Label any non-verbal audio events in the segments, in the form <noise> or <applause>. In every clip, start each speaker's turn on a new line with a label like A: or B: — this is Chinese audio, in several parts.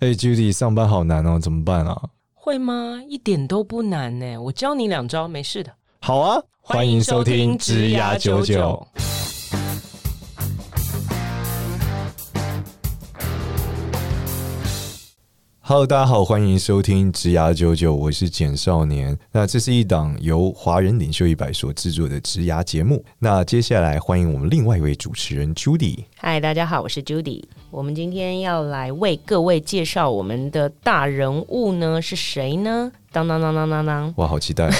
A: 哎、j u d y 上班好难哦，怎么办啊？
B: 会吗？一点都不难呢、我教你两招，没事的。
A: 好啊，欢迎收听《职涯九九》。Hello，大家好，欢迎收听《职涯九九》，我是简少年。那这是一档由华人领袖一百所制作的职涯节目。那接下来欢迎我们另外一位主持人 Judy。
B: 嗨，大家好，我是 Judy。我们今天要来为各位介绍我们的大人物呢是谁呢？当当当当当当
A: 哇，好期待！哦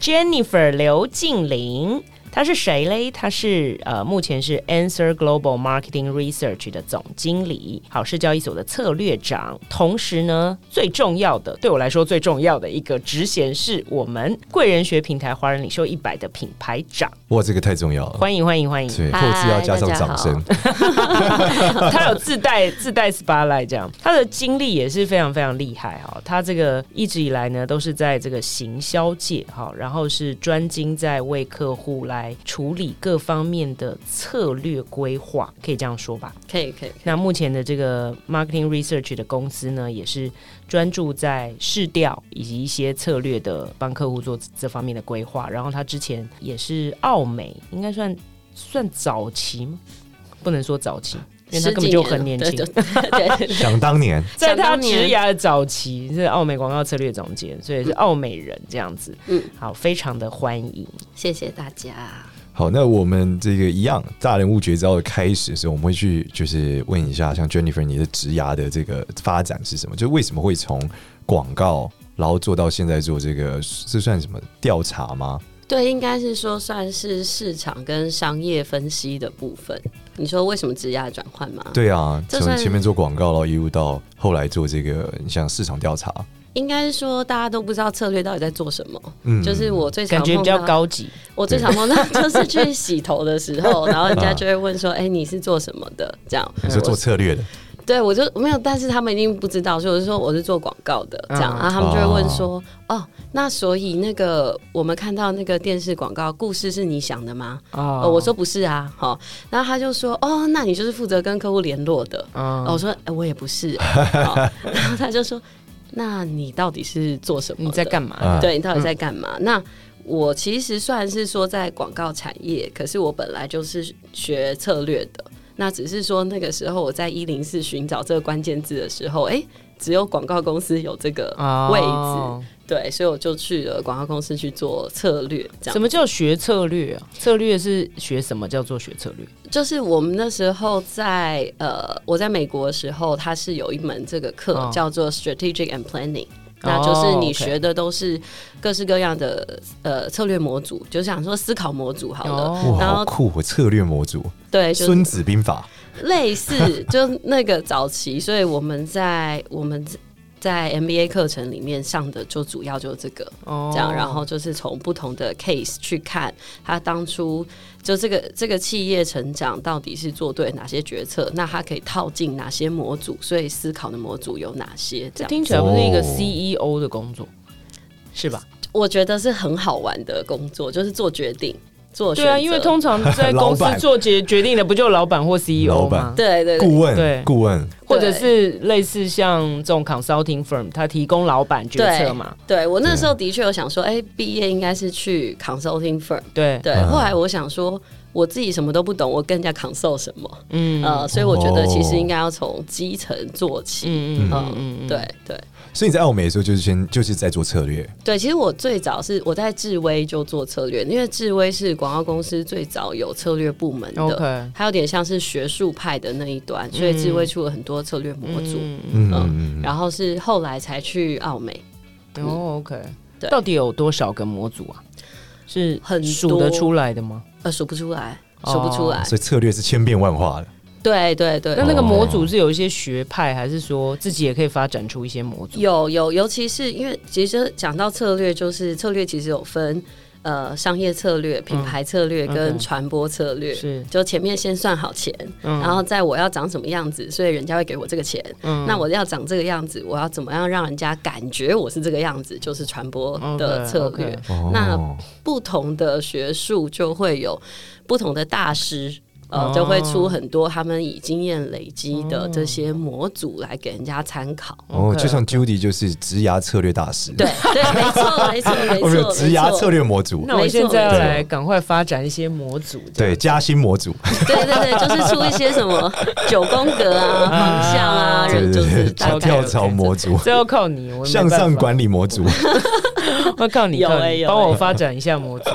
B: ，Jennifer 刘静玲，她是谁嘞？她是呃，目前是 Answer Global Marketing Research 的总经理，好事交易所的策略长。同时呢，最重要的，对我来说最重要的一个职衔是我们贵人学平台华人领袖一百的品牌长。
A: 哇，这个太重要了。
B: 欢迎欢迎欢迎！
A: 对，后
C: 嗨
A: 置要加上
C: 大家
A: 掌
C: 好
A: 声。
B: <laughs> 他有自带自带 spotlight 这样，他的经历也是非常非常厉害哈、他这个一直以来呢，都是在这个行销界哈、然后是专精在为客户来处理各方面的策略规划，可以这样说吧。
C: 可以可以，
B: 那目前的这个 marketing research 的公司呢，也是专注在市调以及一些策略的帮客户做这方面的规划。然后他之前也是澳美，应该算算早期吗？不能说早期，因为他根本就很年轻。
C: 十几年了 <laughs> 对对
A: 想当年，
B: 在他
C: 想当
B: 职
C: 年
B: 涯的早期是澳美广告策略总监，所以是澳美人这样子。嗯
C: 嗯，
B: 好，非常的欢迎。
C: 谢谢大家。
A: 好，那我们这个一样，大人物绝招的开始的时候，我们会去就是问一下，像 Jennifer 你的职涯的这个发展是什么？就为什么会从广告，然后做到现在做这个，这算什么调查吗？
C: 对，应该是说算是市场跟商业分析的部分。你说为什么职业转换吗？，
A: 对啊，
C: 这
A: 从
C: 算
A: 前面做广告，然后一路到后来做这个，你像市场调查，
C: 应该是说大家都不知道策略到底在做什么。
A: 嗯，
C: 就是我最常
B: 感觉比
C: 碰
B: 较
C: 到，
B: 高级，
C: 我最常碰到就是去洗头的时候，然后人家就会问说：“哎、你是做什么的？”这样，
A: 你是做
C: 我
A: 策略的，
C: 对，我就没有，但是他们一定不知道，所以我就说我是做广告的，这样，
B: 嗯
C: 然后他们就会问说，哦，那所以那个我们看到那个电视广告故事是你想的吗？
B: 哦
C: 哦，我说不是啊，好、然后他就说，哦，那你就是负责跟客户联络的，
B: 嗯
C: 哦、我说、哎我也不是、好
B: <laughs>
C: 然后他就说，那你到底是做什么的？
B: 你在干嘛？
A: 啊
C: 对你到底在干嘛？那我其实算是说在广告产业，可是我本来就是学策略的。那只是说那个时候我在一零四寻找这个关键字的时候，诶，只有广告公司有这个呃位置，
B: 哦
C: 对，所以我就去了广告公司去做策略。这
B: 什
C: 样
B: 么叫学策略啊？策略是学什么叫做学策略？
C: 就是我们那时候在呃，我在美国的时候，它是有一门这个课、
B: 哦
C: 叫做 Strategic and Planning。那就是你学的都是各式各样的呃策略模组，就想说思考模组好了，
B: 哦
A: 哇，
C: 嗯然后
A: 好酷！我策略模组，
C: 对，
A: 《
C: 就是
A: 孙子兵法
C: 类似，就那个早期，所以我们在我们在 MBA 课程里面上的就主要就是这个，
B: 哦
C: 这样，然后就是从不同的 case 去看他当初就这个这个企业成长到底是做对哪些决策，那他可以套进哪些模组，所以思考的模组有哪些？
B: 这
C: 这样
B: 听起来不是一个
A: 哦
B: CEO 的工作，是吧？
C: 我觉得是很好玩的工作，就是做决定，做选
B: 对啊，因为
C: 择
B: 通常 <laughs> 在
A: 老
B: 公司
A: 板
B: 做决决定的不就老板或 CEO
A: 老板
B: 吗？
C: 对对》，对
A: 顾
B: 对
A: 问，顾问，
B: 或者是类似像这种 consulting firm，它提供老板决策嘛？
C: 对我那时候的确有想说，哎、毕业应该是去 consulting firm。
B: 对，
C: 对，
A: 嗯
C: 后来我想说，我自己什么都不懂，我跟人家 consult 什么？
B: 嗯
C: 呃，所以我觉得
A: 哦
C: 其实应该要从基层做起。
B: 嗯嗯嗯
C: 嗯
B: 嗯嗯，
C: 对对
A: 所以你在澳美的时候，就是先就是在做策略，
C: 对，其实我最早是我在智威就做策略，因为智威是广告公司最早有策略部门的。
B: 嗯，OK，
C: 它有点像是学术派的那一端，所以智
B: 嗯
C: 威出了很多策略模组，
A: 嗯嗯嗯，
C: 然后是后来才去澳美，
B: 哦，OK，
C: 对
B: 到底有多少个模组啊？是
C: 很多
B: 数得出来的吗？
C: 呃，数不出来，
B: 哦
C: 数不出来，
A: 所以策略是千变万化的。
C: 对对对，
B: 那那个模组是有一些学派，还是说自己也可以发展出一些模组？
C: 有有，尤其是因为其实讲到策略，就是策略其实有分呃商业策略、品牌策略
B: 嗯
C: 跟
B: OK
C: 传播策略。
B: 是，嗯
C: 就前面先算好钱，然后在我要长什么样子，所以人家会给我这个钱。
B: 嗯
C: 那我要长这个样子，我要怎么样让人家感觉我是这个样子，就是传播的
B: OK，
C: 策
B: OK
C: 略。
A: 哦
C: 那不同的学术就会有不同的大师。
B: 哦
C: 呃，就会出很多他们以经验累积的这些模组来给人家参考。
A: 哦，
B: OK，
A: 就像 Judy 就是职涯策略大 <laughs> 师，
C: 对，对，没错，没
A: <laughs>
C: 错，没
A: 我哦们有
C: 错，
A: 职涯
C: 没错
A: 策略模组，
B: 那我
C: 没错
B: 现在要
A: 没错
B: 来赶快发展一些模组，这样
A: 对，加薪模组，
C: 对对对，就是出一些什么九宫格啊、方向啊， <laughs>
B: 对
A: 对
C: 人就
A: 对
C: 是
A: 对，
C: 大
A: 跳
C: 概
A: 跳槽模组，
B: 这要靠你，我没
A: 向
B: 办
A: 上
B: 法，
A: 管
B: <laughs>
A: 理模
C: <laughs>
A: 组，
B: 要靠你，
C: 有
B: 靠
C: 欸
B: 你
C: 有
B: 帮
C: 欸
B: 我发展一下 <laughs> 模组。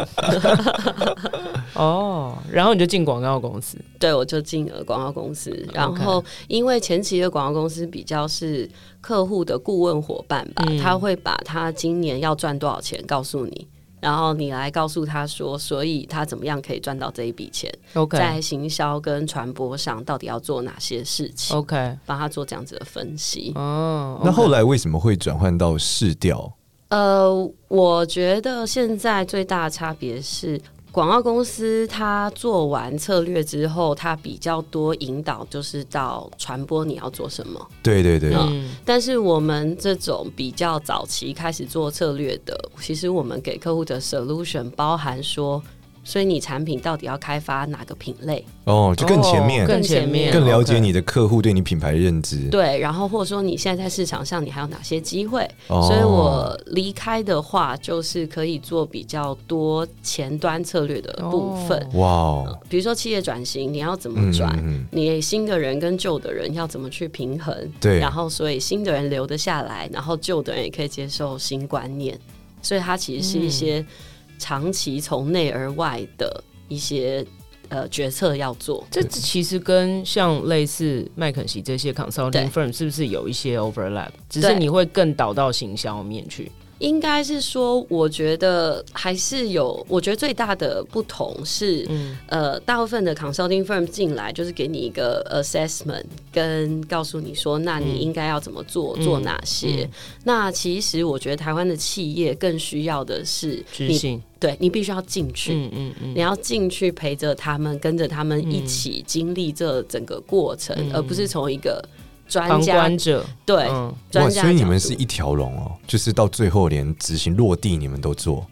B: 哦，然后你就进广告公司，
C: 对，我就进了广告公司。然后，因为前期的广告公司比较是客户的顾问伙伴吧，
B: 嗯
C: 他会把他今年要赚多少钱告诉你，然后你来告诉他说，所以他怎么样可以赚到这一笔钱，
B: OK
C: 在行销跟传播上到底要做哪些事情，
A: 哦
B: OK，
C: 帮他做这样子的分析。
B: 哦，
A: 那后来为什么会转换到市调？
C: 呃，我觉得现在最大的差别是。广告公司它做完策略之后，它比较多引导，就是到传播你要做什么。
A: 对对对，
B: 嗯
C: 但是我们这种比较早期开始做策略的，其实我们给客户的 solution 包含说，所以你产品到底要开发哪个品类？
A: 哦，就更前面
B: 哦，更前面，
A: 更了解
B: OK
A: 你的客户对你品牌的认知。
C: 对，然后或者说你现在在市场上你还有哪些机会？
A: 哦
C: 所以我离开的话，就是可以做比较多前端策略的部分，
B: 哦
A: 哇哦，
C: 比如说企业转型，你要怎么
A: 嗯，
C: 转？
A: 嗯嗯
C: 你新的人跟旧的人要怎么去平衡？
A: 对
C: 然后所以新的人留得下来，然后旧的人也可以接受新观念，所以它其实是一些
A: 嗯
C: 长期从内而外的一些呃决策要做。
B: 这其实跟像类似麦肯锡这些 consulting
C: 对
B: firm 是不是有一些 overlap？只是
C: 对
B: 你会更导到行销面去。
C: 应该是说，我觉得还是有，我觉得最大的不同是，
B: 嗯
C: 呃，大部分的 consulting firm 进来就是给你一个 assessment，跟告诉你说，那你应该要怎么做，
B: 嗯
C: 做哪些。
B: 嗯
C: 那其实我觉得台湾的企业更需要的是
B: 知
C: 你，
B: 性，
C: 对你必须要进去。
B: 嗯嗯嗯
C: 你要进去陪着他们，跟着他们一起经历这整个过程，
B: 嗯
C: 而不是从一个专
B: 旁
C: 家
B: 观者，
C: 对
B: 嗯，
A: 哇，
C: 专家
A: 所以你
C: 角
A: 们
C: 度
A: 是一条龙哦，就是到最后连执行落地你们都做。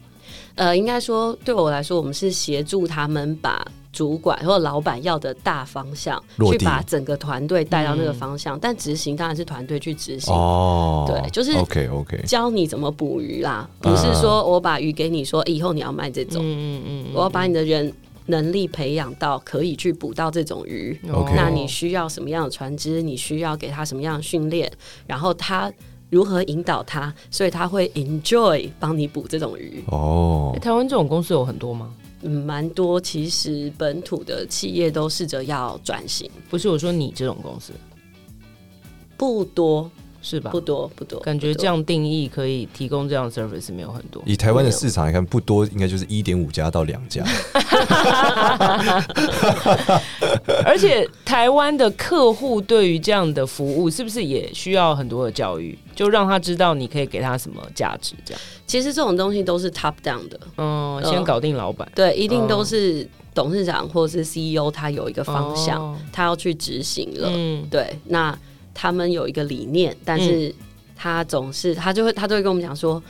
C: 呃，应该说对我来说，我们是协助他们把主管或老板要的大方向，
A: 落
C: 去
A: 地
C: 把整个团队带到
B: 嗯
C: 那个方向。但执行当然是团队去执行，
A: 哦，
C: 对就是
A: OK OK，
C: 教你怎么捕鱼啦，不是
A: 嗯
C: 说我把鱼给你说以后你要卖这种，
B: 嗯嗯
C: 我要把你的人能力培养到可以去捕到这种鱼。
B: 嗯
A: OK
C: 那你需要什么样的船只？你需要给他什么样的训练？然后他如何引导他？所以他会 enjoy 帮你捕这种鱼。
A: 哦
B: 诶，台湾这种公司有很多吗？
C: 嗯，蛮多。其实本土的企业都试着要转型，
B: 不是，我说你这种公司
C: 不多，
B: 是吧
C: 不？多，不多。
B: 感觉
C: 不
B: 这
C: 多
B: 样定义可以提供这样的 service 没有很多。
A: 以台湾的市场来看，不多，应该就是一点五家到两家。
B: 而且台湾的客户对于这样的服务，是不是也需要很多的教育，就让他知道你可以给他什么价值？这样，
C: 其实这种东西都是 top down 的，
B: 嗯，先搞定老板
C: 对，一
B: 哦
C: 定都是董事长或是 CEO 他有一个方向，
B: 哦
C: 他要去执行了。
B: 嗯，
C: 对，那他们有一个理念，但是他总是他就会他都会跟我们讲说，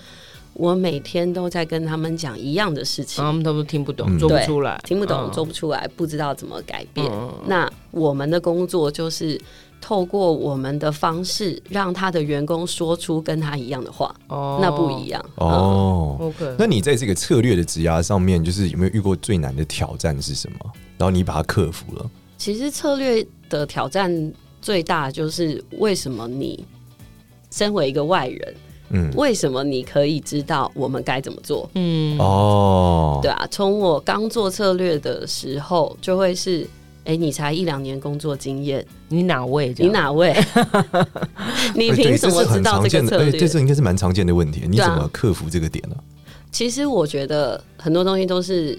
C: 我每天都在跟他们讲一样的事情，
B: 他们都听不懂，
A: 嗯
B: 做不
C: 对
B: 出来，
C: 听不懂，
B: 嗯
C: 做不出来，不知道怎么改变。
B: 嗯
C: 那我们的工作就是透过我们的方式，让他的员工说出跟他一样的话，
B: 哦
C: 那不一。样。嗯
A: 哦，
B: OK，
A: 那你在这个策略的职涯上面，就是有没有遇过最难的挑战是什么？然后你把它克服了。
C: 嗯其实策略的挑战最大就是为什么你身为一个外人，
A: 嗯，
C: 为什么你可以知道我们该怎么做？
B: 嗯，
A: 哦，
C: 对啊，从我刚做策略的时候，就会是，哎、你才一两年工作经验，
B: 你哪位这
C: 你
B: 样？
C: 哪位？ <laughs> 你
A: 哎对
C: 凭什么
A: 这是
C: 知
A: 很
C: 道
A: 常
C: 这
A: 见
C: 个
A: 的？
C: 策
A: 哎，
C: 略
A: 对，？这应该是蛮常见的问题。你
C: 对啊
A: 怎么克服这个点呢？
C: 其实我觉得很多东西都是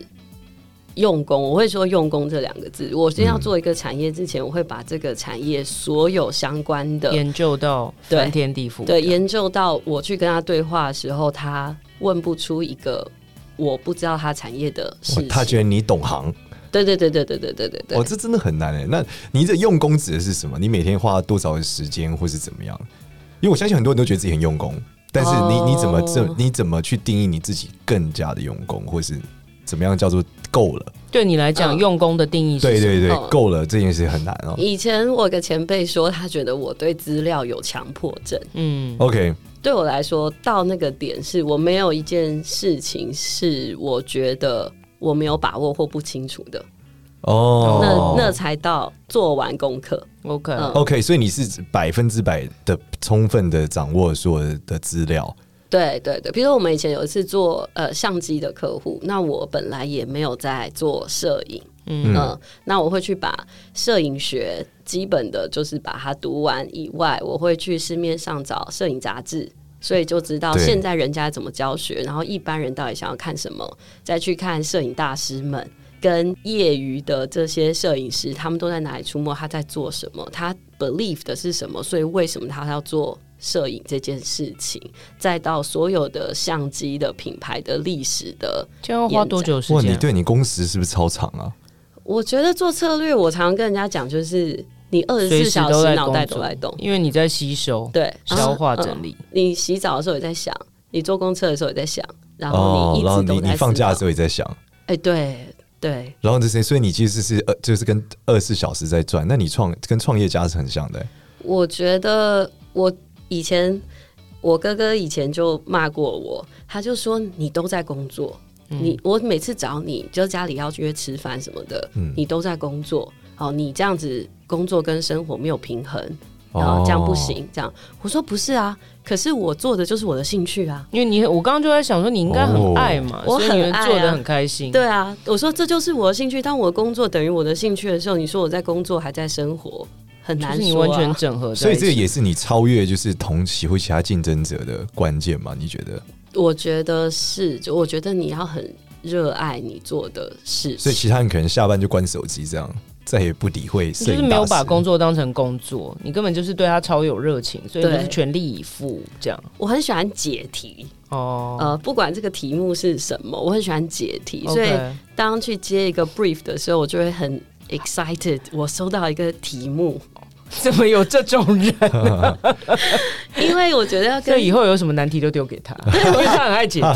C: 用功，我会说用功这两个字。我先要
A: 嗯
C: 做一个产业之前，我会把这个产业所有相关的
B: 研究到
C: 对
B: 翻天地覆？
C: 对，研究到我去跟他对话的时候，他问不出一个我不知道他产业的事
A: 哇
C: 情。
A: 他觉得你懂行，
C: 对对对对对对对对对
A: 哦，。这真的很难哎。那你这用功指的是什么？你每天花多少的时间，或是怎么样？因为我相信很多人都觉得自己很用功，但是你、
C: 哦
A: 你怎么这你怎么去定义你自己更加的用功，或是怎么样叫做够了？
B: 对你来讲，
C: 嗯
B: 用功的定义是
A: 对
B: 什么
A: 对对
C: 哦，
A: 够了，这件事很难哦。
C: 以前我有个前辈说，他觉得我对资料有强迫症。
B: 嗯
A: OK，
C: 对我来说，到那个点是我没有一件事情是我觉得我没有把握或不清楚的，
A: 哦，
C: 那那才到做完功课。
B: ，OK，
C: 嗯
A: OK，所以你是百分之百的充分的掌握所有的资料，
C: 对对对，比如说我们以前有一次做呃相机的客户，那我本来也没有在做摄影，嗯、
A: 嗯
C: 那我会去把摄影学基本的就是把它读完以外，我会去市面上找摄影杂志。所以就知道
A: 对
C: 现在人家怎么教学，然后一般人到底想要看什么，再去看摄影大师们跟业余的这些摄影师，他们都在哪里出没，他在做什么，他 believe 的是什么，所以为什么他要做摄影这件事情，再到所有的相机的品牌的历史的，
B: 这样要花多久时
A: 哇，你
B: 间？
A: 对你工时是不是超长啊？
C: 我觉得做策略，我常跟人家讲，就是你二十
B: 随
C: 四
B: 时
C: 小
B: 都
C: 时
B: 在
C: 脑
B: 工
C: 袋
B: 作
C: 都在动，
B: 因为你在吸收、
C: 对，
B: 消化、
C: 嗯
B: 整理。
C: 你洗澡的时候也在想，你坐公车的时候也在想，然后
A: 哦
C: 你，一
A: 然后
C: 直
A: 你
C: 都在
A: 你放假的时
C: 候，
A: 候也在想，
C: 哎、对对，
A: 然后这些，所以你其实是呃，就是跟二十四小时在转。那你创跟创业家是很像的、
C: 我觉得我以前我哥哥以前就骂过我，他就说你都在工作，你我每次找你就家里要约吃饭什么的，
A: 嗯
C: 你都在工作，哦，你这样子工作跟生活没有平衡，
A: 哦
C: 然后啊这样不行，这样我说不是啊，可是我做的就是我的兴趣啊。
B: 因为你，我刚刚就在想说，你应该很爱嘛，
C: 哦
B: 所以你们
C: 我很爱啊
B: 做的很开心。
C: 对啊，我说这就是我的兴趣。当我的工作等于我的兴趣的时候，你说我在工作还在生活，很
B: 就
C: 难
B: 是
C: 说、啊。
B: 你完全整合
A: 所
B: 在一
A: 以
B: 起。
A: 这个也是你超越就是同期或其他竞争者的关键嘛？你觉得？
C: 我觉得是，就我觉得你要很热爱你做的事情，
A: 所以其他人可能下班就关手机，这样再也不理会
B: 你
A: 摄
B: 就
A: 影
B: 是
A: 大师
B: 没有把工作当成工作，你根本就是对他超有热情，所以你
C: 对
B: 就是全力以赴这样。
C: 我很喜欢解题。
B: 哦，
C: 呃，不管这个题目是什么，我很喜欢解题
B: OK <laughs>
C: 所以当去接一个 brief 的时候，我就会很 excited。我收到一个题目，
B: 怎么有这种人？
C: 因为我觉得要
B: 所
C: 跟
B: 以以后有什么难题都丢给他，因为他很爱
A: <laughs>
B: 解题。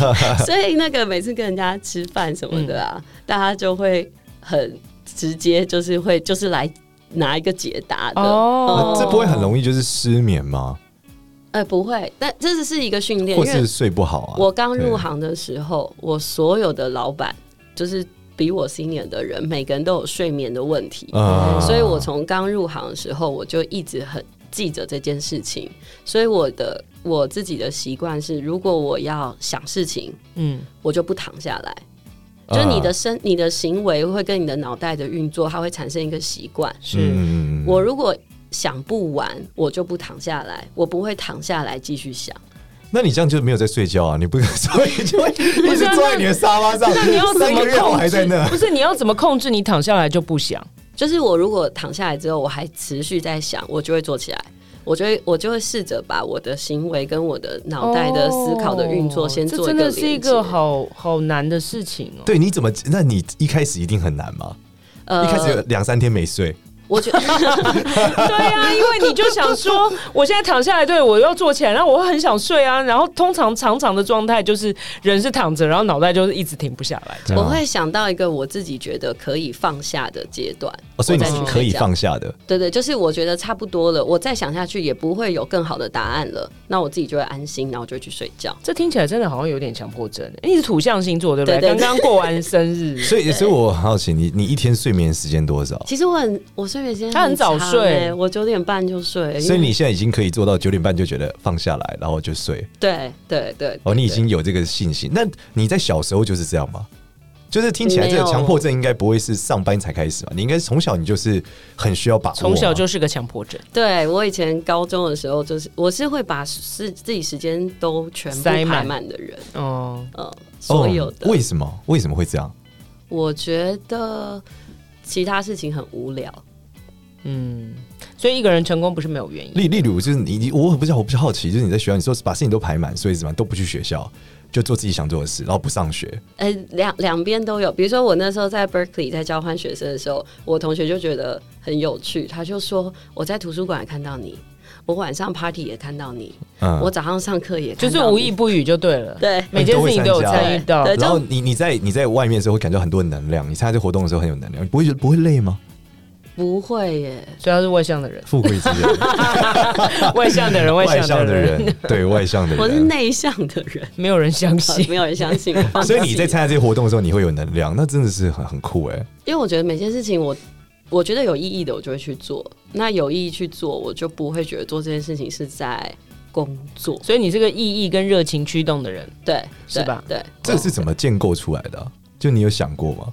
C: 所以那个每次跟人家吃饭什么的啊，大家就会很直接，就是会就是来拿一个解答的。
B: 哦
A: 那这不会很容易就是失眠吗？
C: 哎、不会，但这只是一个训练，
A: 或
C: 因为
A: 是睡不好啊？
C: 我刚入
A: 对
C: 行的时候，我所有的老板就是比我 senior 的人，每个人都有睡眠的问题，
A: 啊
C: 所
B: 哦
C: 以我从刚入行的时候，我就一直很记着这件事情，所以我的我自己的习惯是，如果我要想事情，
B: 嗯，
C: 我就不躺下来。就是你的
A: 啊
C: 身、你的行为会跟你的脑袋的运作，它会产生一个习惯。
B: 是
A: 嗯
C: 我如果想不完，我就不躺下来，我不会躺下来继续想。
A: 那你这样就没有在睡觉啊？你不 <laughs> 所以就会一
B: 是
A: 直
B: 啊
A: 坐在你的沙发上，
B: 那你要怎
A: 三
B: 么
A: 个月我
B: 控
A: 还在那
B: 制？。不是你要怎么控制你躺下来就不想？
C: 就是我如果躺下来之后，我还持续在想，我就会坐起来。我就会我就会试着把我的行为跟我的脑袋的思考的运作先
B: 哦这
C: 做一
B: 真
C: 个
B: 的是一
C: 连接。
B: 个好好难的事情
C: <laughs>
B: 哦。
A: 对，你怎么？那你一开始一定很难嘛？一开始有，两三天没睡，
C: 呃
A: <laughs>
C: 我觉 <laughs> 得
B: 对啊，因为你就想
C: <laughs>
B: 说，我现在躺下来，对我要坐起来，然后我很想睡啊。然后通常常常的状态就是人是躺着，然后脑袋就是一直停不下来。
C: 我会想到一个我自己觉得可以放下的阶段，
A: 哦，所以你
C: 我再
A: 是
C: 去
A: 可以
C: 睡觉
A: 放下的。
C: 对对，就是我觉得差不多了，我再想下去也不会有更好的答案了，那我自己就会安心，然后就会去睡
A: 哦
C: 觉。
B: 这听起来真的好像有点强迫症。欸你是土象星座对不对？
C: 对
B: 刚
C: 对对
B: 刚过完生日，
A: 所以，所以我很好奇，你你一天睡眠时间多少？
C: 其实我很我睡眠时间
B: 他很早
C: 长
B: 睡
C: 欸我九点半就睡，
A: 所以
C: 因为
A: 你现在已经可以做到九点半就觉得放下来，然后就睡。
C: 对对对
A: 哦，你已
C: 对
A: 经有这个信心。那你在小时候就是这样吗？就是听起来这个
C: 没有
A: 强迫症应该不会是上班才开始吧？你应该从小你就是很需要把握嘛，哦
B: 从小就是个强迫症，
C: 对我以前高中的时候，就是我是会把是自己时间都全部
B: 塞
C: 排
B: 满
C: 满的人，
B: 哦，
C: 嗯，所
A: 哦
C: 有的。
A: 为什么？为什么会这样？
C: 我觉得其他事情很无聊，
B: 嗯，所以一个人成功不是没有原因。
A: 例例如就是你你我比较我比较好奇，就是你在学校，你说把事情都排满，所以怎么样都不去学校，就做自己想做的事，然后不上学。
C: 呃，两两边都有。比如说我那时候在 Berkeley 在交换学生的时候，我同学就觉得很有趣，他就说我在图书馆看到你。我晚上 party 也看到你，
A: 嗯，
C: 我早上上课也看
B: 就是
C: 到
B: 无
C: 你
B: 意不语就对了。
C: 对
B: 每件事情都有参与到。
C: 对
A: 然后你你在你在外面的时候会感觉到很多能量，你参加这活动的时候很有能量，你不会觉得不会累吗？，
C: 不会耶，
B: 所以他是外向的
C: <laughs>
B: 人
A: 富贵之
B: <laughs>
A: 人，
B: 外向的人，外
A: 外
B: 向
A: 向的
B: 人，
A: 人，对啊外向的人，
C: 我是内向的人，
B: 没有人相
C: 好
B: 信。
C: 没有人相信我放弃
A: 所
C: 了。
A: 以你在参加这些活动的时候，你会有能量，那真的是很很酷哎、
C: 因为我觉得每件事情我。我觉得有意义的，我就会去做。那有意义去做，我就不会觉得做这件事情是在工
B: <laughs>
C: 作，
B: 所以你是个意义跟热情驱动的人，
C: 对，
B: 是
C: 对
B: 吧
C: 对，
A: 这是怎么建构出来的啊、就你有想过吗？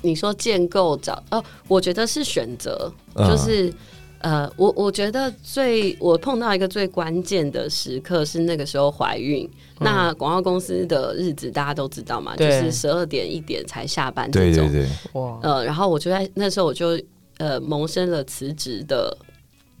C: 你说建构找哦，我觉得是选择，
A: 嗯
C: 就是呃，我我觉得最我碰到一个最关键的时刻是那个时候怀孕。
A: 嗯
C: 那广告公司的日子大家都知道嘛，就
B: 对
C: 是十二点一点才下班这
A: 对
C: 种。
A: 对对，
B: 哇，
C: 呃，然后我就在那时候我就呃萌生了辞职的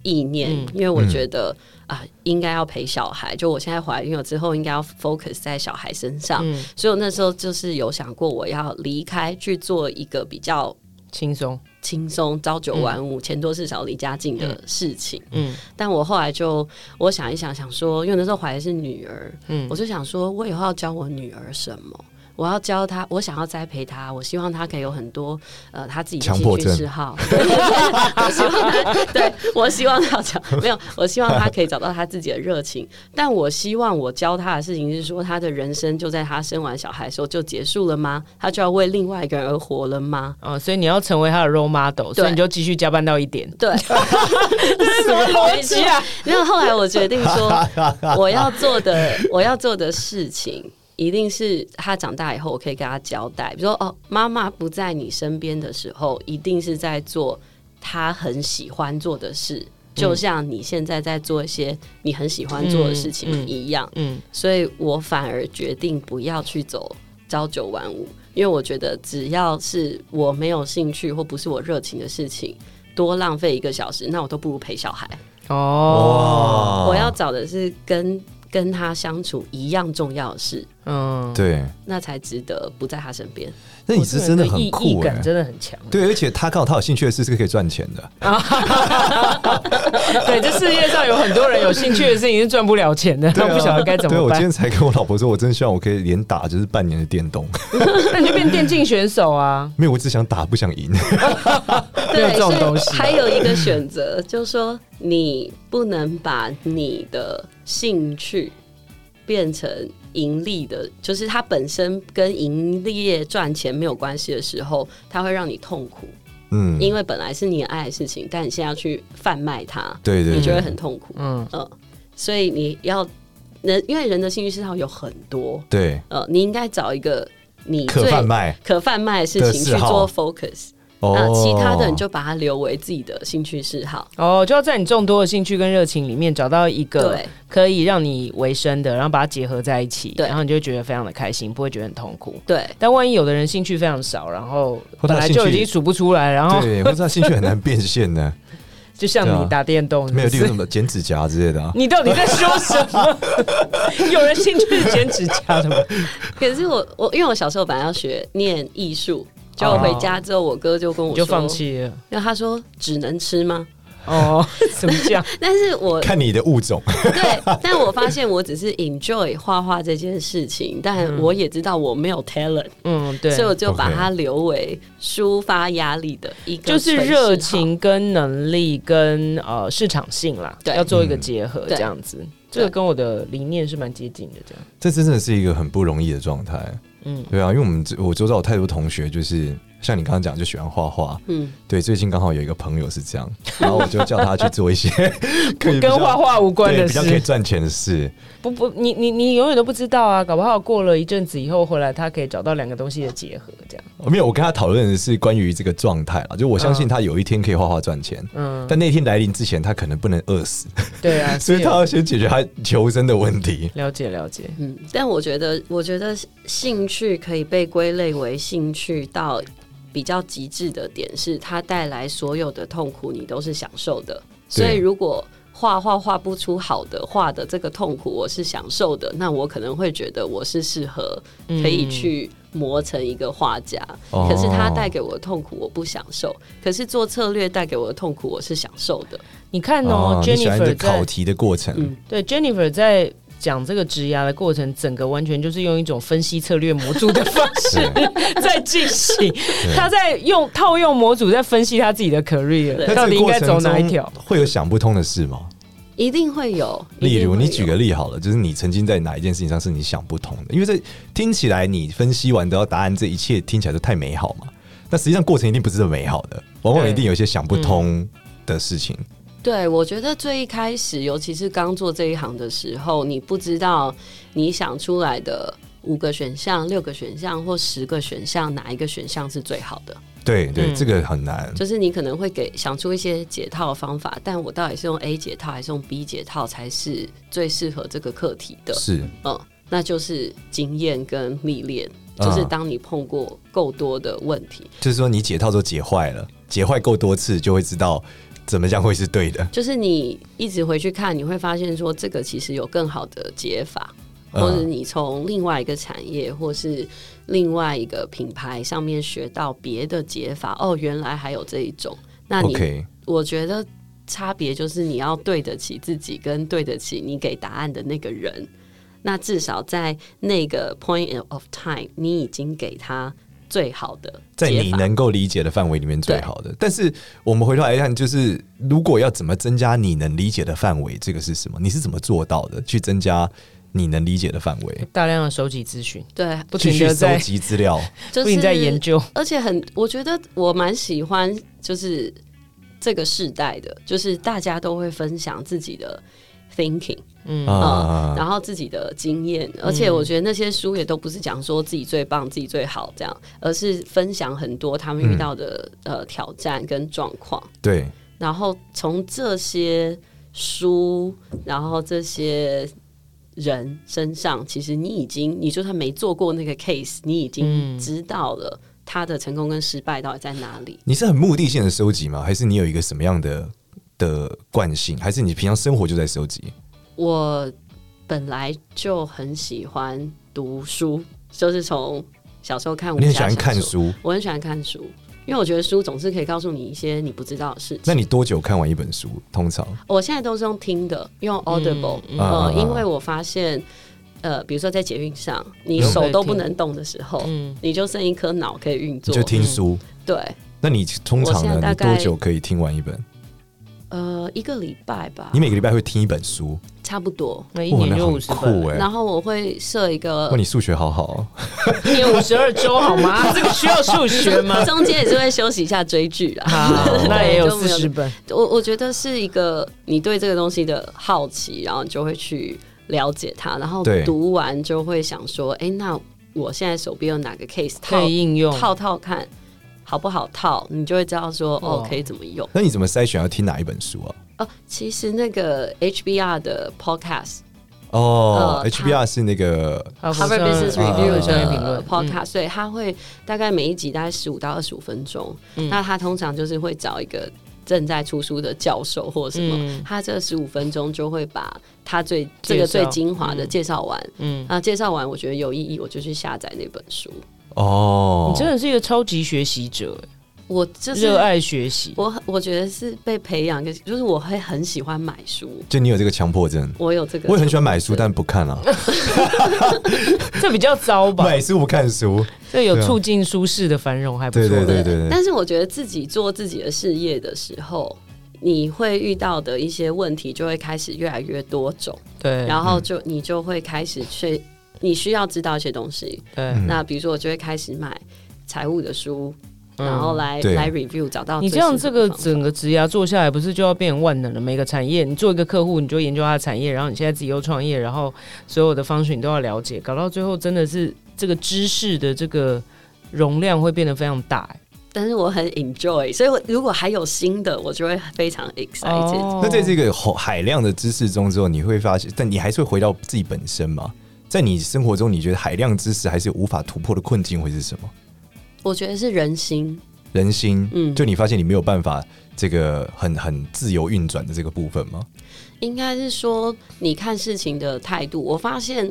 C: 意念，
B: 嗯
C: 因为我觉得
A: 嗯
C: 啊、应该要陪小孩，就我现在怀孕了之后，应该要 focus 在小孩身上。
B: 嗯，
C: 所以我那时候就是有想过，我要离开去做一个比较
B: 轻松，
C: 轻松、朝九晚五、钱多事少、离家近的事情。
B: 嗯
C: 但我后来就我想一想，想说，因为那时候怀的是女儿，
B: 嗯
C: 我就想说，我以后要教我女儿什么？我要教她，我想要栽培她，我希望她可以有很多呃她自己的
A: 强迫
C: 兴趣
A: 症
C: 嗜好。 <laughs> 对对对我希望她，对我希望她讲 <laughs> 没有，我希望她可以找到她自己的热情。但我希望我教她的事情是说，她的人生就在她生完小孩的时候就结束了吗？她就要为另外一个人而活了吗？
B: 啊，所以你要成为他的 role model，所以你就继续加班到一点。
C: 对，
B: 这是 <laughs> 什么逻辑
C: <laughs>
B: 啊？
C: 然后后来我决定说，
B: <laughs>
C: 我要做的我要做的事情，一定是他长大以后我可以跟他交代，比如说哦，妈妈不在你身边的时候，一定是在做他很喜欢做的事。就像你现在在做一些你很喜欢做的
B: 嗯
C: 事
B: 嗯
C: 情一样，
B: 嗯，
C: 所以我反而决定不要去走朝九晚五，因为我觉得只要是我没有兴趣或不是我热情的事情，多浪费一个小时，那我都不如陪小孩。
B: 哦，
A: 啊
C: 我要找的是跟跟他相处一样重要的事，
B: 嗯，
A: 对，
C: 那才值得不在他身边。
A: 那你是真的很
B: 意义
A: 酷哎、
B: 感真的很强。
A: 对，而且他刚好他有兴趣的事是可以赚钱的，
B: 对，这世界上有很多人有兴趣的事情是赚不了钱的，
A: 对
B: 他
A: 啊
B: 不晓得该怎
A: 对
B: 么
A: 我今
B: 办
A: 天。才跟我老婆说，我真希望我可以连打就是半年的电动， <laughs>
B: 那你就变电竞选手啊！
A: 没有，我只想打，不想赢。 <laughs>
B: 没有这种
C: 所以
B: 东
A: 啊
B: 西
C: 还有一个选择，就是说你不能把你的兴趣变成盈利的，就是它本身跟营业赚钱没有关系的时候，它会让你痛苦，
A: 嗯，
C: 因为本来是你爱的事情，但你现在要去贩卖它，
A: 对对
C: 你就
A: 对，
C: 会很痛苦。
B: 嗯，
C: 嗯，所以你要人，因为人的兴趣嗜好有很多，
A: 对，
C: 呃，你应该找一个你
A: 可
C: 最
A: 贩卖
C: 可贩卖的事
A: 的
C: 情
A: 嗜
C: 去
A: 好
C: 做 focus，
A: 哦
C: 那呃其他的你就把它留为自己的兴趣嗜好。
B: 哦，就要在你众多的兴趣跟热情里面找到一个
C: 对
B: 可以让你为生的，然后把它结合在一起，
C: 对
B: 然后你就会觉得非常的开心，不会觉得很痛苦。
C: 对
B: 但万一有的人兴趣非常少，然后
A: 或
B: 本
A: 他
B: 来
A: 兴
B: 就已
A: 趣
B: 经数不出来，然后
A: 对，或者他兴趣很难变现
B: <laughs>
A: 呢，
B: 就像
A: 对啊
B: 你打电动，
A: 没有，例
B: 就
A: 如
B: 是
A: 什么剪指甲之类的啊。
B: 你到底在说什
A: <laughs>
B: 么？有人兴趣是剪指甲的吗？
C: 可是我我因为我小时候本来要学念艺术，结果
B: 哦
C: 回家之后，我哥就跟我
B: 你
C: 说，
B: 就放，弃
C: <laughs>
B: 了
C: 因为他说只能吃吗？
B: 哦？怎么
C: <laughs>
B: 讲？
C: 但是我
A: 看你的物种， <laughs>
C: 对， <laughs> 但我发现我只是 enjoy 画画这件事情，但我也知道我没有 talent，、
B: 嗯，对，
C: 所以我就把
A: OK
C: 它留为抒发压力的一个
B: 就是
C: 纯嗜好
B: 热情跟能力跟呃市场性啦，
C: 对
B: 要做一个结合，
C: 嗯
B: 这
C: 对
B: 样子。这个跟我的理念是蛮接近的，这样。
A: 这真的是一个很不容易的状态。
B: 嗯，
A: 对啊，因为我们这我周遭有太多同学，就是像你刚刚讲，就喜欢画画。
C: 嗯，
A: 对，最近刚好有一个朋友是这样，然后我就叫他去做一些 <laughs> 可以比
B: 跟
A: 较
B: 画画无关
A: 对
B: 的
A: 比较可以
B: 事，
A: 赚钱的事。
B: 不不，你你你永远都不知道啊，搞不好过了一阵子以后回来，他可以找到两个东西的结合，这样。
A: 没有，我跟他讨论的是关于这个状态啦，就我相信
B: 嗯
A: 他有一天可以画画赚钱。
B: 嗯，
A: 但那天来临之前，他可能不能饿
B: <laughs>
A: 死，
B: 对
A: <laughs>
B: 啊，
A: 所以
B: 是
A: 他
B: 有
A: 要先解决他求生的问题。
B: 了解了解，
C: 嗯，但我觉得，我觉得兴趣可以被归类为兴趣到比较极致的点是，它带来所有的痛苦你都是享受的。所以如果画画画不出好的画的这个痛苦，我是享受的，那我可能会觉得我是适合可以去磨成一个画家。
A: 嗯哦
C: 可是他带给我的痛苦我不享受，可是做策略带给我的痛苦我是享受的。
B: 你看
A: 哦
B: 哦
A: 你喜欢这
B: ，Jennifer
A: 考
B: 在
A: 题的过程，
C: 嗯
B: 对 Jennifer 在讲这个职涯的过程，整个完全就是用一种分析策略模组的方
A: <laughs>
B: 式
A: 对
B: <laughs> 在
A: <laughs>
B: 进行，他在用套用模组在分析他自己的 career，
C: 对
A: 那
B: 到
A: 这
B: 底
A: 个
B: 应
A: 过
B: 该
A: 程
B: 走
A: 中
B: 哪一条？
A: 会有想不通的事吗？
C: 一定会有，
A: 例如，你举
C: 个
A: 个例好了，就是你曾经在哪一件事情上是你想不通的？因为这听起来你分析完得到答案，这一切听起来都太美好嘛。但实际上过程一定不是这么美好的，往往
B: 对嗯
A: 一定有一些想不通的事情。
C: 对，我觉得最一开始，尤其是刚做这一行的时候，你不知道你想出来的五个选项、六个选项或十个选项，哪一个选项是最好的？
A: 对对，
B: 嗯
A: 这个很难。
C: 就是你可能会给想出一些解套的方法，但我到底是用 A 解套还是用 B 解套才是最适合这个课题的？
A: 是，
C: 嗯，那就是经验跟历练，
A: 啊
C: 就是当你碰过够多的问题，
A: 就是说你解套都解坏了，解坏够多次就会知道怎么样会是对的。
C: 就是你一直回去看，你会发现说这个其实有更好的解法，
A: 嗯
C: 或者你从另外一个产业或是另外一个品牌上面学到别的解法，哦，原来还有这一种。那你
A: OK，
C: 我觉得差别就是你要对得起自己，跟对得起你给答案的那个人。那至少在那个 point of time，你已经给他最好的
A: 在
C: 解
A: 你
C: 法。
A: 能够理解的范围里面最好的。但是我们回头来看，就是如果要怎么增加你能理解的范围，这个是什么？你是怎么做到的？去增加你能理解的范围，
B: 大量的收集资讯，
C: 对，
B: 不
A: 继
B: 停
A: 续
B: 的
A: 收
B: 在
A: 集资料。
C: 就
B: 不
C: 是
B: 停地在研究，
C: 而且很，我觉得我蛮喜欢，就是这个世代的，就是大家都会分享自己的 thinking
B: 嗯
C: 啊、
A: 啊
C: 然后自己的经验，而且我觉得那些书也都不是讲说自己最棒、自己最好这样，而是分享很多他们遇到的、呃挑战跟状况，
A: 对，
C: 然后从这些书，然后这些。人身上，其实你已经，你就算没做过
A: 嗯
C: 那个 case，你已经知道了他的成功跟失败到底在哪里。
A: 你是很目的性的收集吗？还是你有一个什么样的的惯性？还是你平常生活就在收集？
C: 我本来就很喜欢读书，就是从小时候看武
A: 你很
C: 侠
A: 喜欢
C: 小
A: 看
C: 说，
A: 书？
C: 我很喜欢看书，因为我觉得书总是可以告诉你一些你不知道的事
A: 那
C: 情。
A: 你多久看完一本书？通常
C: 我现在都是用听的，用 Audible，、
B: 嗯
A: 啊
C: 呃，因为我发现，呃，比如说在捷运上，你
A: 嗯
C: 手都不能动的时候，
B: 嗯，
C: 你就剩一颗脑可以运
A: 你
C: 作
A: 就。听书。
C: 对，
A: 那你通常
C: 我现在
A: 呢？
C: 大
A: 你
C: 概
A: 多久可以听完一本？
C: 呃，一个礼拜吧
A: 你，每个礼拜会听一本书，
C: 差不多。
B: 那一
A: 哇，
B: 年
A: 那
B: 就
A: 很
B: 五十本
A: 酷
B: 了，
A: 哎、
C: 然后我会设一个
A: 哇，你数学好好哦、
B: 一年五十二周
A: <laughs>
B: 好吗？这个需要数学吗？
C: <laughs> 中间也是会休息一下追剧啦。
B: 好，那也有
C: 就
B: 四
C: 没有
B: 十本，
C: 我我觉得是一个你对这个东西的好奇，然后你就会去了解它，然后
A: 对
C: 读完就会想说，哎、那我现在手边有哪个 case 套
B: 可以应用。
C: 套套看好不好套，你就会知道说，哦
B: 哇，
C: 可以怎么用。
A: 那你怎么筛选要听哪一本书啊？
C: 哦，其实那个 HBR 的 podcast
A: 哦、
C: 呃
A: h b r 是那个
B: 哈佛商
C: Harvard
B: 业
C: Business
A: 啊
C: Review
B: 商业评
C: 的
B: 论
C: podcast，所以它会大概每一集大概十五到二十五分钟。
B: 嗯
C: 那他通常就是会找一个正在出书的教授或者什么，
B: 嗯
C: 他这十五分钟就会把他最
B: 介绍
C: 这个最精华的介绍完。
B: 嗯，
C: 啊，介绍完我觉得有意义，我就去下载那本书。
A: 哦
B: 你，真的是一个超级学习者，
C: 我就是
B: 热爱学习。
C: 我很，我觉得是被培养，跟就是我会很喜欢买书。
A: 就你有这个强迫症。
C: 我有这个，
A: 我也很喜欢买书，但不看
B: <laughs>
A: 啊，
B: <laughs> 这比较糟吧？
A: 买书不看书。
B: 这有
A: 对啊
B: 促进舒适的繁荣，还不
A: 对
B: 错。
A: 对对对对，
C: 但是我觉得自己做自己的事业的时候，你会遇到的一些问题就会开始越来越多种，
B: 对，
C: 然后
A: 嗯
C: 就你就会开始去，你需要知道一些东西。
B: 对，
A: 嗯
C: 那比如说，我就会开始买财务的书，
B: 嗯
C: 然后来
A: 对
C: 来 review 找到
B: 你
C: 最
B: 这样
C: 适
B: 这
C: 合
B: 个
C: 的方法
B: 整个职涯做下来，不是就要变万能了？每个产业，你做一个客户，你就研究他的产业，然后你现在自己又创业，然后所有的方式你都要了解，搞到最后真的是这个知识的这个容量会变得非常大、欸。
C: 但是我很 enjoy，所以我如果还有新的，我就会非常
B: 欸
C: excited。
B: 哦
A: 哦那在这个海海量的知识中之后，你会发现，但你还是会回到自己本身嘛？在你生活中，你觉得海量知识还是有无法突破的困境会是什么？
C: 我觉得是人心，
A: 人心，
C: 嗯
A: 就你发现你没有办法这个很很自由运转的这个部分吗？
C: 应该是说你看事情的态度。我发现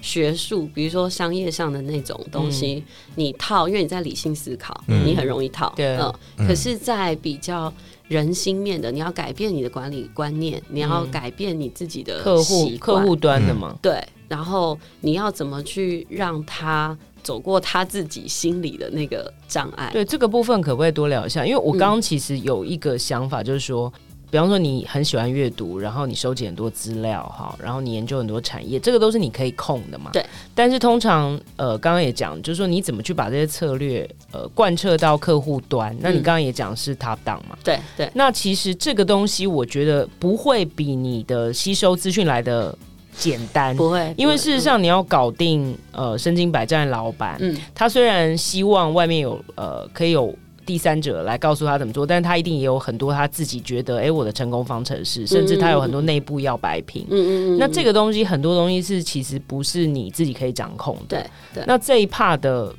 C: 学术，比如说商业上的那种东
B: 嗯
C: 西，你套，因为你在理性思考，
A: 嗯
C: 你很容易套。
B: 对
C: 嗯
A: 嗯
C: 可是，在比较人心面的，你要改变你的管理观念，你要改变你自己的
B: 嗯客户
C: 习惯
B: 客户端的
A: 嗯
B: 嘛，
C: 对，然后你要怎么去让他走过他自己心里的那个障碍？
B: 对这个部分可不可以多聊一下？因为我刚
C: 嗯
B: 刚其实有一个想法，就是说。比方说，你很喜欢阅读，然后你收集很多资料，哈，然后你研究很多产业，这个都是你可以控的嘛。
C: 对。
B: 但是通常，呃，刚刚也讲，就是说你怎么去把这些策略，呃，贯彻到客户端。那你
C: 嗯
B: 刚刚也讲是 top down 嘛，
C: 对对
B: 那其实这个东西，我觉得不会比你的吸收资讯来的简单，
C: 不嗯会，
B: 因为
C: 不会
B: 事实，上你要搞定呃身经百战的老板，
C: 嗯嗯
B: 他虽然希望外面有呃可以有。第三者来告诉他怎么做，但他一定也有很多他自己觉得，哎、我的成功方程式，甚至他有很多内部要摆平。
C: 嗯嗯嗯，
B: 那这
C: 个
B: 个东西，很多东西是其实不是你自己可以掌控的。
C: 对对
B: 那这一 part 的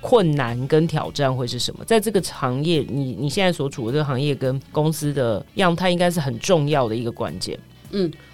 B: 困难跟挑战会是什么？在这个行业，你你现在所处的这个行业跟公司的样态，应该是很重要的一个关键。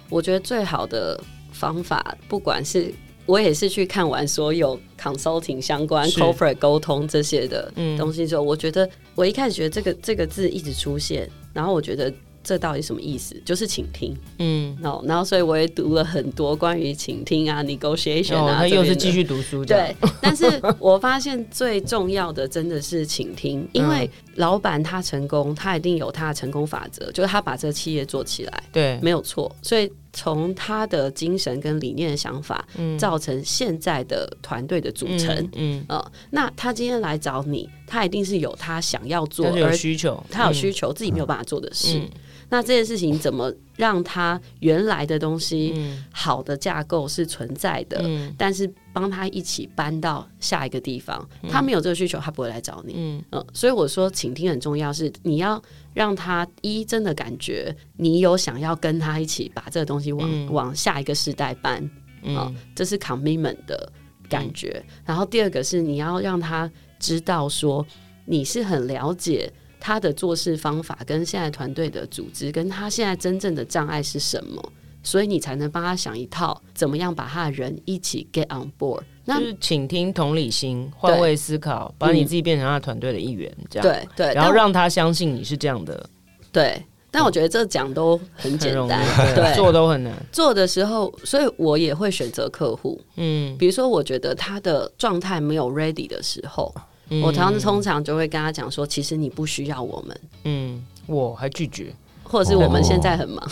C: 我觉得最好的方法，不管是我也是去看完所有 consulting 相关
B: 是
C: corporate 沟通这些的
B: 嗯
C: 东西之后，我觉得我一开始觉得这个这个字一直出现，然后我觉得这到底什么意思？就是请听
B: 嗯，
C: 哦，然后所以我也读了很多关于请听啊、negotiation
B: 哦，
C: 啊，
B: 他
C: 这
B: 又是
C: 边的
B: 继续读书的，
C: 对，但是我发现最重要的真的是倾听，因
B: 嗯
C: 为老板他成功，他一定有他的成功法则，就是他把这个企业做起来
B: 对，
C: 没有错，所以从他的精神跟理念的想法，
B: 嗯
C: 造成现在的团队的组成。
B: 嗯，
C: 呃，那他今天来找你，他一定是有他想要做，
B: 但是有
C: 而
B: 需求，
C: 他有需求、自己没有办法做的事。
B: 嗯
C: 那这件事情怎么让他原来的东西、
B: 嗯
C: 好的架构是存在的，
B: 嗯
C: 但是帮他一起搬到下一个地方，他没有这个需求，他不会来找你。
B: 嗯
C: 嗯、所以我说倾听很重要是，你要让他一真的感觉你有想要跟他一起把这个东西往、
B: 嗯
C: 往下一个世代搬
B: 嗯
C: 啊、这是 commitment 的感觉。然后第二个是你要让他知道说你是很了解。他的做事方法跟现在团队的组织，跟他现在真正的障碍是什么，所以你才能帮他想一套怎么样把他的人一起 get on board。那
B: 就是倾听、同理心、换位思考，把你自己变成他团队的一员，这样。
C: 对对，
B: 然后
C: 但
B: 让他相信你是这样的，
C: 对，但我觉得这讲都很
B: 很
C: 简
B: 容易
C: 单，，
B: 对，
C: 对。
B: 做都很难。
C: 做的时候，所以我也会选择客户。
B: 嗯，
C: 比如说，我觉得他的状态没有 ready 的时候，
B: 嗯
C: 我常常通常就会跟他讲说，其实你不需要我们，
B: 嗯，我还拒绝，
C: 或者是我们现在很忙。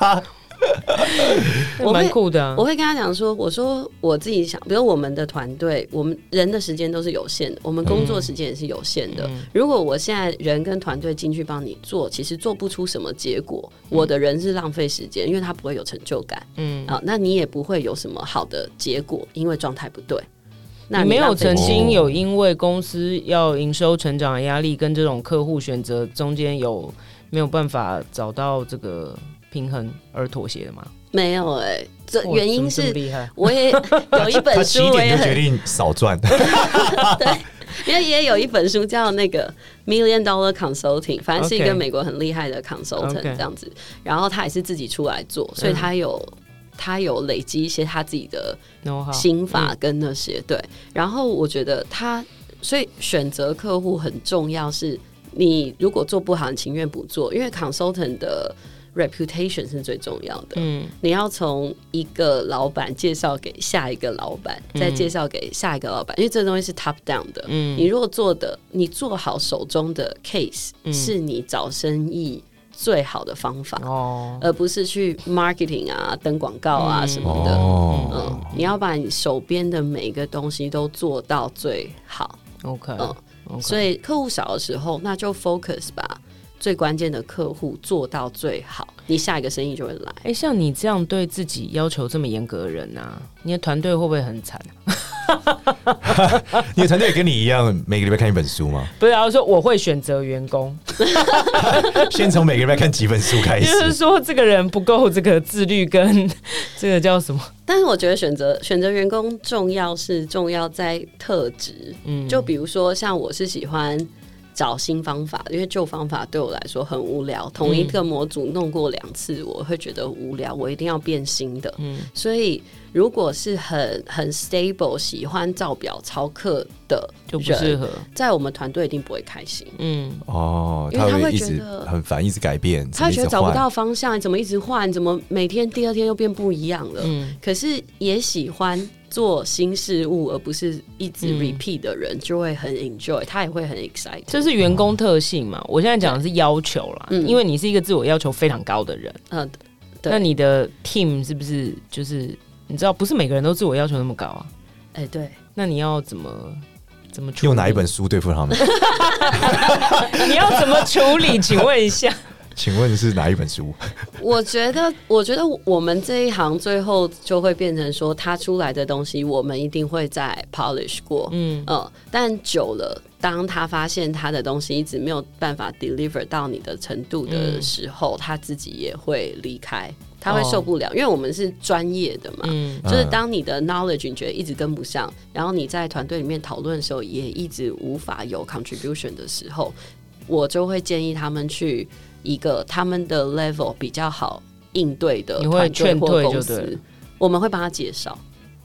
B: 哦
C: 我
B: 蛮
C: 会
B: 酷的啊
C: 我。会跟他讲说，我说我自己想，比如我们的团队，我们人的时间都是有限的，我们工作时间也是有限的。
B: 嗯
C: 如果我现在人跟团队进去帮你做，其实做不出什么结果，我的人是浪费时间，因为他不会有成就感
B: 嗯，
C: 啊，那你也不会有什么好的结果，因为状态不对。那
B: 你没有
C: 浪费
B: 曾
C: 时间
B: 经有因为公司要营收成长的压力跟这种客户选择中间有没有办法找到这个平衡而妥协的吗？
C: 没有哎、这
B: 哇
C: 原因
B: 怎么
C: 是
B: 这么厉害，
C: 我也有一
A: 他
C: 本
A: 起
C: 书，我也
A: 点就决
C: 很
A: 定少
C: <laughs>
A: 赚，
C: 因为也有一本书叫那个 Million Dollar Consulting，反正是一
B: OK
C: 个美国很厉害的 consultant
B: OK
C: 这样子。然后他也是自己出来
A: 嗯
C: 做，所以他有、他有累积一些他自己的
B: no 好，
C: 心法
A: 嗯
C: 跟那些、对。然后我觉得他，所以选择客户很重要是，你如果做不好，你情愿不做，因为 consultant 的 reputation 是最重要的。
B: 嗯
C: 你要从一个老板介绍给下一个老板，再介绍给下一个老板，因为这东西是 top down 的。
B: 嗯
C: 你如果做的，你做好手中的 case，、
B: 嗯
C: 是你找生意最好的方法，
B: 哦，
C: 而不是去 marketing 啊、登广告啊
B: 嗯
C: 什么的。
A: 哦，
C: 嗯，你要把你手边的每一个东西都做到最好。
B: OK，
C: 嗯
B: OK
C: 所以客户少的时候，那就 focus 吧，最关键的客户做到最好，你下一个生意就会来。
B: 哎、像你这样对自己要求这么严格的人啊，你的团队会不会很惨、啊
A: 你的团队也跟你一样，每个礼拜看一本书
C: <laughs>
A: 吗？
B: 不是啊，我说我会选择员工，
A: 先从每个礼拜看几本书开
C: 哎
B: 就
A: 始，
B: 是
C: <laughs>
B: 说这个人不够这个自律跟 <laughs> 这个叫什么？
C: 但是我觉得选择选择员工重要是重要在特质，
B: 嗯，
C: 就比如说像我是喜欢找新方法，因为旧方法对我来说很无聊。同一个模组弄过两次，我会觉得无聊，我一定要变新的。
B: 嗯
C: 所以如果是很很 stable，喜欢照表操课的
B: 就不
C: 人
B: 适合。
C: 在我们团队一定不会开心。
B: 嗯，
A: 哦，
C: 因为他
A: 会
C: 会
A: 一
C: 觉
A: 直
C: 得
A: 很烦，一直改变，
C: 他会觉得
A: 一直换
C: 找不到方向，怎么一直换？怎么每天第二天又变不一样了？
B: 嗯
C: 可是也喜欢做新事物，而不是一直
B: 嗯
C: repeat 的人，就会很 enjoy，他也会很 excited。
B: 这是员工特性嘛？我现在讲的是要求啦，
C: 嗯
B: 因为你是一个自我要求非常高的人，
C: 嗯，对
B: 那你的 team 是不是就是你知道，不是每个人都自我要求那么高啊？
C: 哎、对，
B: 那你要怎么怎么处理
A: 用哪一本？书对付
C: <laughs>
A: 他们？
B: <laughs> 你要怎么处理？请问一下，
A: 请问是哪一本书？
C: 我觉得， <laughs> 我觉得我们这一行最后就会变成说，他出来的东西我们一定会再 polish 过，
B: 嗯
C: 嗯，但久了，当他发现他的东西一直没有办法 deliver 到你的程度的时候，他自己也会离开，他会
B: 嗯哦
C: 受不了，因为我们是专业的嘛。
B: 嗯
C: 就是当你的 knowledge 你觉得一直跟不上，然后你在团队里面讨论的时候也一直无法有 contribution 的时候，我就会建议他们去一个他们的 level 比较好应对的
B: 你会
C: 团队
B: 劝退就
C: 或公
B: 对了
C: 司，我们会帮他介绍，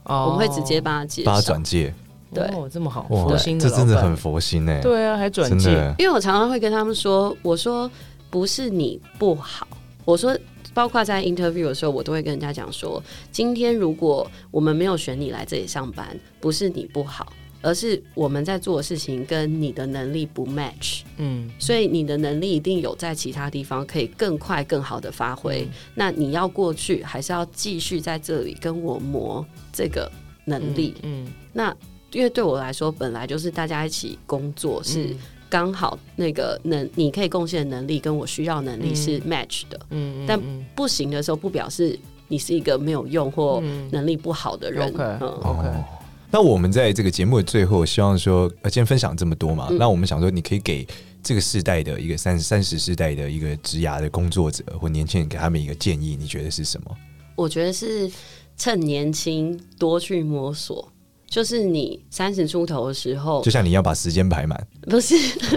B: 哦
C: 我们会直接帮他介
A: 帮他
C: 绍。
A: 转介，
C: 对
B: 哦，这么好，
A: 哇
B: 佛心，的
A: 这真的
B: 老板
A: 很佛心哎，
B: 对啊，还转
A: 真
B: 介，
A: 的
C: 因为我常常会跟他们说，我说不是你不好，我说。包括在 interview 的时候，我都会跟人家讲说，今天如果我们没有选你来这里上班，不是你不好，而是我们在做的事情跟你的能力不 match，
B: 嗯
C: 所以你的能力一定有在其他地方可以更快、更好的发挥。
B: 嗯
C: 那你要过去，还是要继续在这里跟我磨这个能力？
B: 嗯，
C: 那因为对我来说，本来就是大家一起工作是。
B: 嗯
C: 刚好那个能你可以贡献的能力跟我需要能力是 match 的，
B: 嗯，嗯
C: 但
B: 嗯
C: 不行的时候不表示你是一个没有用或
B: 嗯
C: 能力不好的人。
B: OK
A: 哦
C: 嗯，
B: OK，
A: 那我们在这个节目的最后，希望说，呃，今天分享这么多嘛，那我们想说，你可以给这个世代的一个三三十世代的一个职涯的工作者或年轻人，给他们一个建议，你觉得是什么？
C: 我觉得是趁年轻多去摸索，就是你三十出头的时候
A: 就，像你要把时间排满，
C: 不是， <laughs>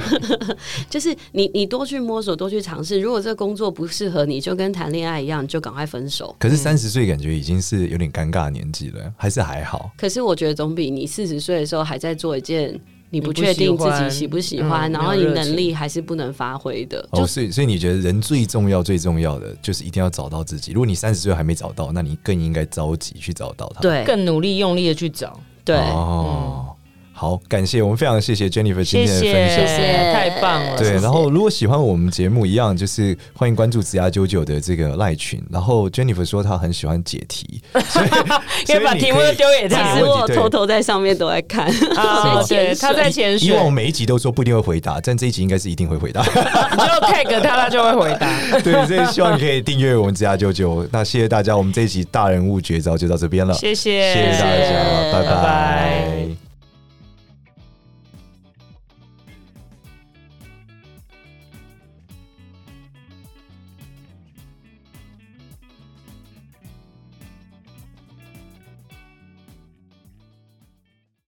C: 就是你你多去摸索，多去尝试。如果这个工作不适合你，就跟谈恋爱一样，你就赶快分手。
A: 可是三十岁感觉已经是有点尴尬的年纪了，还是还好。
C: 可是我觉得总比你四十岁的时候还在做一件你不
B: 不
C: 确定
B: 喜
C: 自
B: 欢
C: 己喜不喜
B: 嗯
C: 欢，然后
B: 没
C: 你
B: 有热
C: 能力还是不能发挥的，
A: 哦，所以所以你觉得人最重要最重要的就是一定要找到自己。如果你三十岁还没找到，那你更应该着急去找到它。
C: 对
B: 更努力用力的去找，
C: 对。
A: 啊哦，好，感谢我们非常谢谢 Jennifer 今天的分享。
B: 谢
C: 谢谢
B: 太棒
A: <laughs>
B: 了，
A: 对，然后如果喜欢我们节目，一样就是欢迎关注子牙九九的这个赖群。然后 Jennifer 说她很喜欢解题，所以
B: <laughs> 可以把题目都丢给
A: 所以你
C: 其
B: 他
A: 可以
C: 实
A: 问题
C: 我
A: 对
C: 偷偷在上面都在看，
B: 啊，
C: 所以
B: 对，
C: 潜
B: 他在
C: 水
B: 潜
A: 以
B: 水，
A: 往我每一集都说不一定会回答，但这一集应该是一定会回答。 <laughs>
B: 你就 tag 他，他就会回答。
A: 对，所以希望你可以订阅我们子牙九九。那谢谢大家，我们这一集大人物绝招就到这边了，
B: 谢谢，
A: 谢大家，
C: 谢谢
A: 拜
B: 拜拜